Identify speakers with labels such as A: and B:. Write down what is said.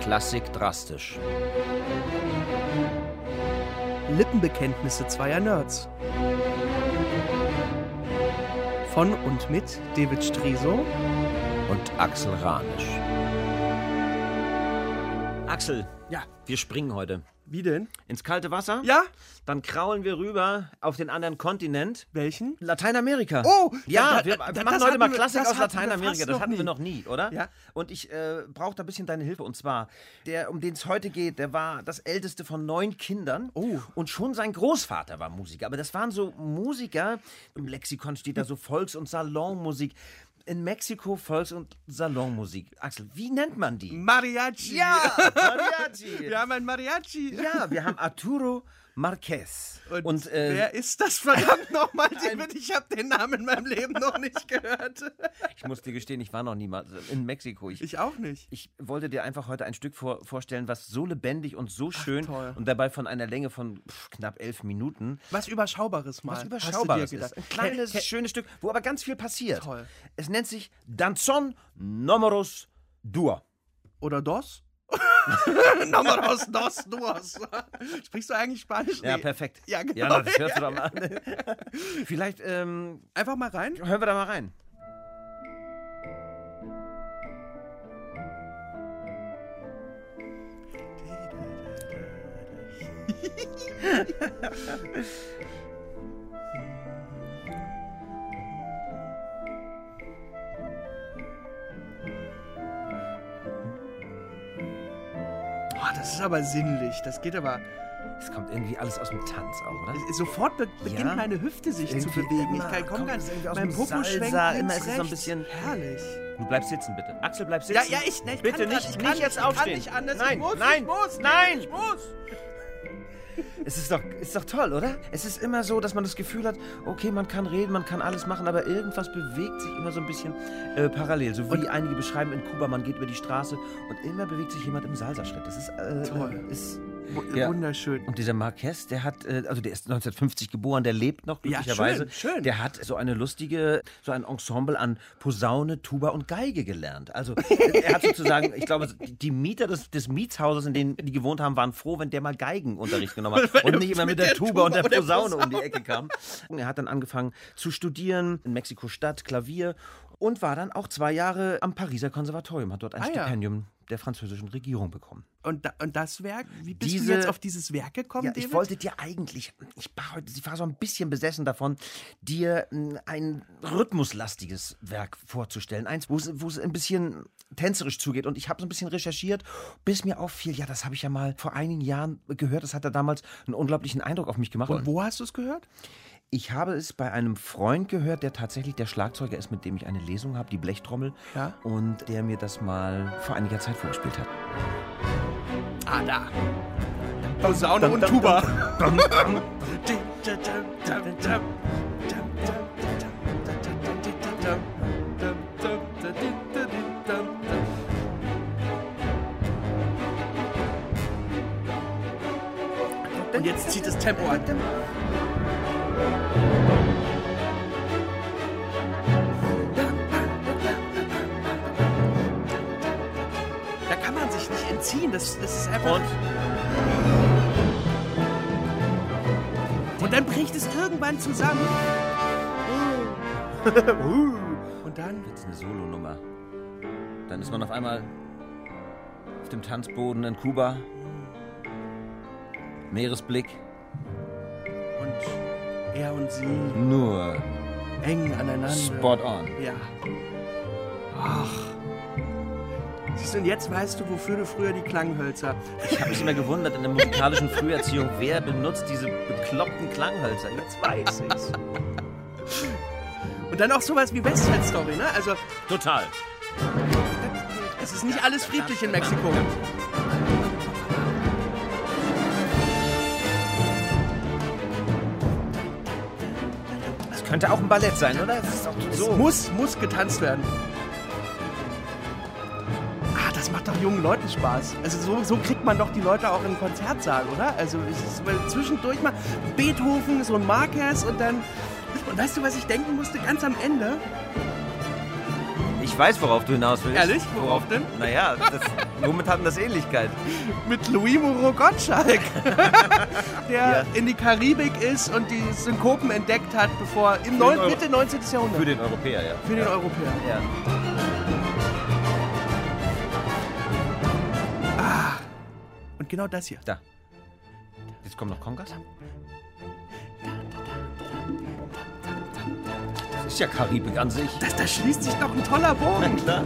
A: Klassik drastisch.
B: Lippenbekenntnisse zweier Nerds. Von und mit David Striso
A: und Axel Ranisch. Axel,
B: Ja.
A: wir springen heute
B: Wie denn?
A: ins kalte Wasser.
B: Ja?
A: Dann kraulen wir rüber auf den anderen Kontinent.
B: Welchen?
A: Lateinamerika.
B: Oh,
A: ja,
B: da-
A: wir,
B: da-
A: wir
B: das
A: machen heute
B: hatten
A: mal
B: wir-
A: Klassik
B: das
A: aus
B: hatten wir
A: Lateinamerika.
B: fast
A: Das
B: noch
A: hatten wir
B: nie.
A: noch nie, oder?
B: Ja.
A: Und ich äh, brauche da ein bisschen deine Hilfe. Und zwar, der, um den es heute geht, der war das älteste von neun Kindern.
B: Oh.
A: Und schon sein Großvater war Musiker. Aber das waren so Musiker, im Lexikon steht da so Volks- und Salonmusik. In Mexiko Volks- und Salonmusik. Axel, wie nennt man die?
B: Mariachi.
A: Mariachi.
B: Wir haben ein Mariachi.
A: ja, wir haben Arturo Marquez.
B: Und,
A: äh,
B: wer ist das verdammt nochmal?
A: Ein-
B: David? Ich habe den Namen in meinem Leben noch nicht gehört.
A: ich muss dir gestehen, ich war noch niemals in Mexiko. Ich,
B: Ich auch nicht.
A: Ich wollte dir einfach heute ein Stück vor, vorstellen, was so lebendig und so schön
B: toll.
A: und dabei von einer Länge von pff, knapp elf Minuten.
B: Was Überschaubares mal.
A: Was
B: hast du dir
A: überschaubares
B: gedacht.
A: ist. Ein kleines, schönes Stück, wo aber ganz viel passiert.
B: Toll.
A: Es nennt sich Danzon Numerus Dua.
B: Oder DOS? Nochmal aus DOS, DOS. Sprichst du eigentlich Spanisch?
A: Ja,
B: Nee.
A: perfekt.
B: Ja, genau.
A: Ja, das hörst du doch mal an. Vielleicht ähm,
B: Einfach mal rein.
A: hören wir da mal rein.
B: Boah, das ist aber sinnlich. Das geht aber.
A: Es kommt irgendwie alles aus dem Tanz auch, oder?
B: Sofort be beginnt
A: Ja.
B: meine Hüfte sich zu
A: Irgendwie
B: bewegen.
A: immer
B: Ich kann, komm
A: kommt
B: gar
A: es
B: nicht.
A: irgendwie aus
B: Mein
A: dem
B: Popo
A: Salsa,
B: schwenkt
A: immer
B: links,
A: ist es so ein
B: rechts.
A: bisschen-
B: herrlich.
A: Du bleibst sitzen, bitte. Axel, bleib sitzen.
B: Ja, ja, ich, ne, ich
A: Bitte
B: kann grad-
A: nicht,
B: ich
A: nicht
B: kann,
A: jetzt
B: ich
A: aufstehen.
B: Kann nicht anders.
A: Nein,
B: ich muss,
A: nein,
B: ich muss,
A: nein.
B: ich muss.
A: Es ist doch, ist doch toll, oder? Es ist immer so, dass man das Gefühl hat, okay, man kann reden, man kann alles machen, aber irgendwas bewegt sich immer so ein bisschen äh, parallel. So wie einige beschreiben in Kuba, man geht über die Straße und immer bewegt sich jemand im Salsa-Schritt. Das ist äh,
B: Toll.
A: Ist,
B: W-
A: Ja.
B: Wunderschön.
A: und dieser Marquez, der hat, äh, also der ist 1950 geboren, der lebt noch
B: Ja,
A: glücklicherweise.
B: schön, schön.
A: Der hat so eine lustige, so ein Ensemble an Posaune, Tuba und Geige gelernt. Also äh, er hat sozusagen, ich glaube, die Mieter des, des Mietshauses, in denen die gewohnt haben, waren froh, wenn der mal Geigenunterricht genommen hat und nicht immer mit, der, Tuba, und der Posaune um die Ecke kam. Und er hat dann angefangen zu studieren in Mexiko-Stadt, Klavier und war dann auch zwei Jahre am Pariser Konservatorium, hat dort ein
B: Ah, ja.
A: Stipendium der französischen Regierung bekommen.
B: Und, da, und das Werk, wie bist
A: Diese-
B: du jetzt auf dieses Werk gekommen,
A: Ja,
B: David?
A: ich wollte dir eigentlich, ich war heute, ich war so ein bisschen besessen davon, dir mh, ein rhythmuslastiges Werk vorzustellen. Eins, wo es, wo es ein bisschen tänzerisch zugeht. Und ich habe so ein bisschen recherchiert, bis mir auffiel, ja, das habe ich ja mal vor einigen Jahren gehört. Das hat er damals einen unglaublichen Eindruck auf mich gemacht.
B: und wo hast du es gehört?
A: Ich habe es bei einem Freund gehört, der tatsächlich der Schlagzeuger ist, mit dem ich eine Lesung habe, die Blechtrommel.
B: Ja.
A: Und der mir das mal vor einiger Zeit vorgespielt hat.
B: Ah, da. Posaune und Tuba. Und jetzt zieht das Tempo an. Da kann man sich nicht entziehen. Das, das ist einfach.
A: Und
B: Und dann bricht es irgendwann zusammen. Und dann.
A: Jetzt eine Solonummer. Dann ist man auf einmal auf dem Tanzboden in Kuba. Meeresblick.
B: Und er und sie
A: Nur
B: eng aneinander.
A: spot on.
B: Ja. Ach. Siehst du, und jetzt weißt du, wofür du früher die Klanghölzer.
A: Ich habe mich immer gewundert in der musikalischen Früherziehung, wer benutzt diese bekloppten Klanghölzer. Jetzt weiß ich's.
B: Und dann auch sowas wie West Side Story, ne? Also,
A: Total.
B: es ist nicht alles friedlich in Mexiko.
A: Das könnte auch ein Ballett sein, oder? Das ist auch
B: Es muss, muss getanzt werden. Ah, das macht doch jungen Leuten Spaß. Also so, so kriegt man doch die Leute auch im Konzertsaal, oder? Also es ist weil zwischendurch mal Beethoven, so ein Marquez und dann... Und weißt du, was ich denken musste ganz am Ende?
A: Ich weiß, worauf du hinaus willst.
B: Ehrlich? Worauf denn?
A: Naja, das, womit hat denn das Ähnlichkeit?
B: Mit Louis Moreau Gottschalk, der
A: Ja.
B: in die Karibik ist und die Synkopen entdeckt hat, bevor im neun,
A: Euro-
B: Mitte 19. Jahrhundert.
A: Für den Europäer, ja.
B: Für den Europäer.
A: Ja.
B: Und genau das hier.
A: Da. Jetzt kommt noch Kongas. Das ist ja Karibik an sich.
B: Das, da schließt sich doch ein toller Bogen.
A: klar.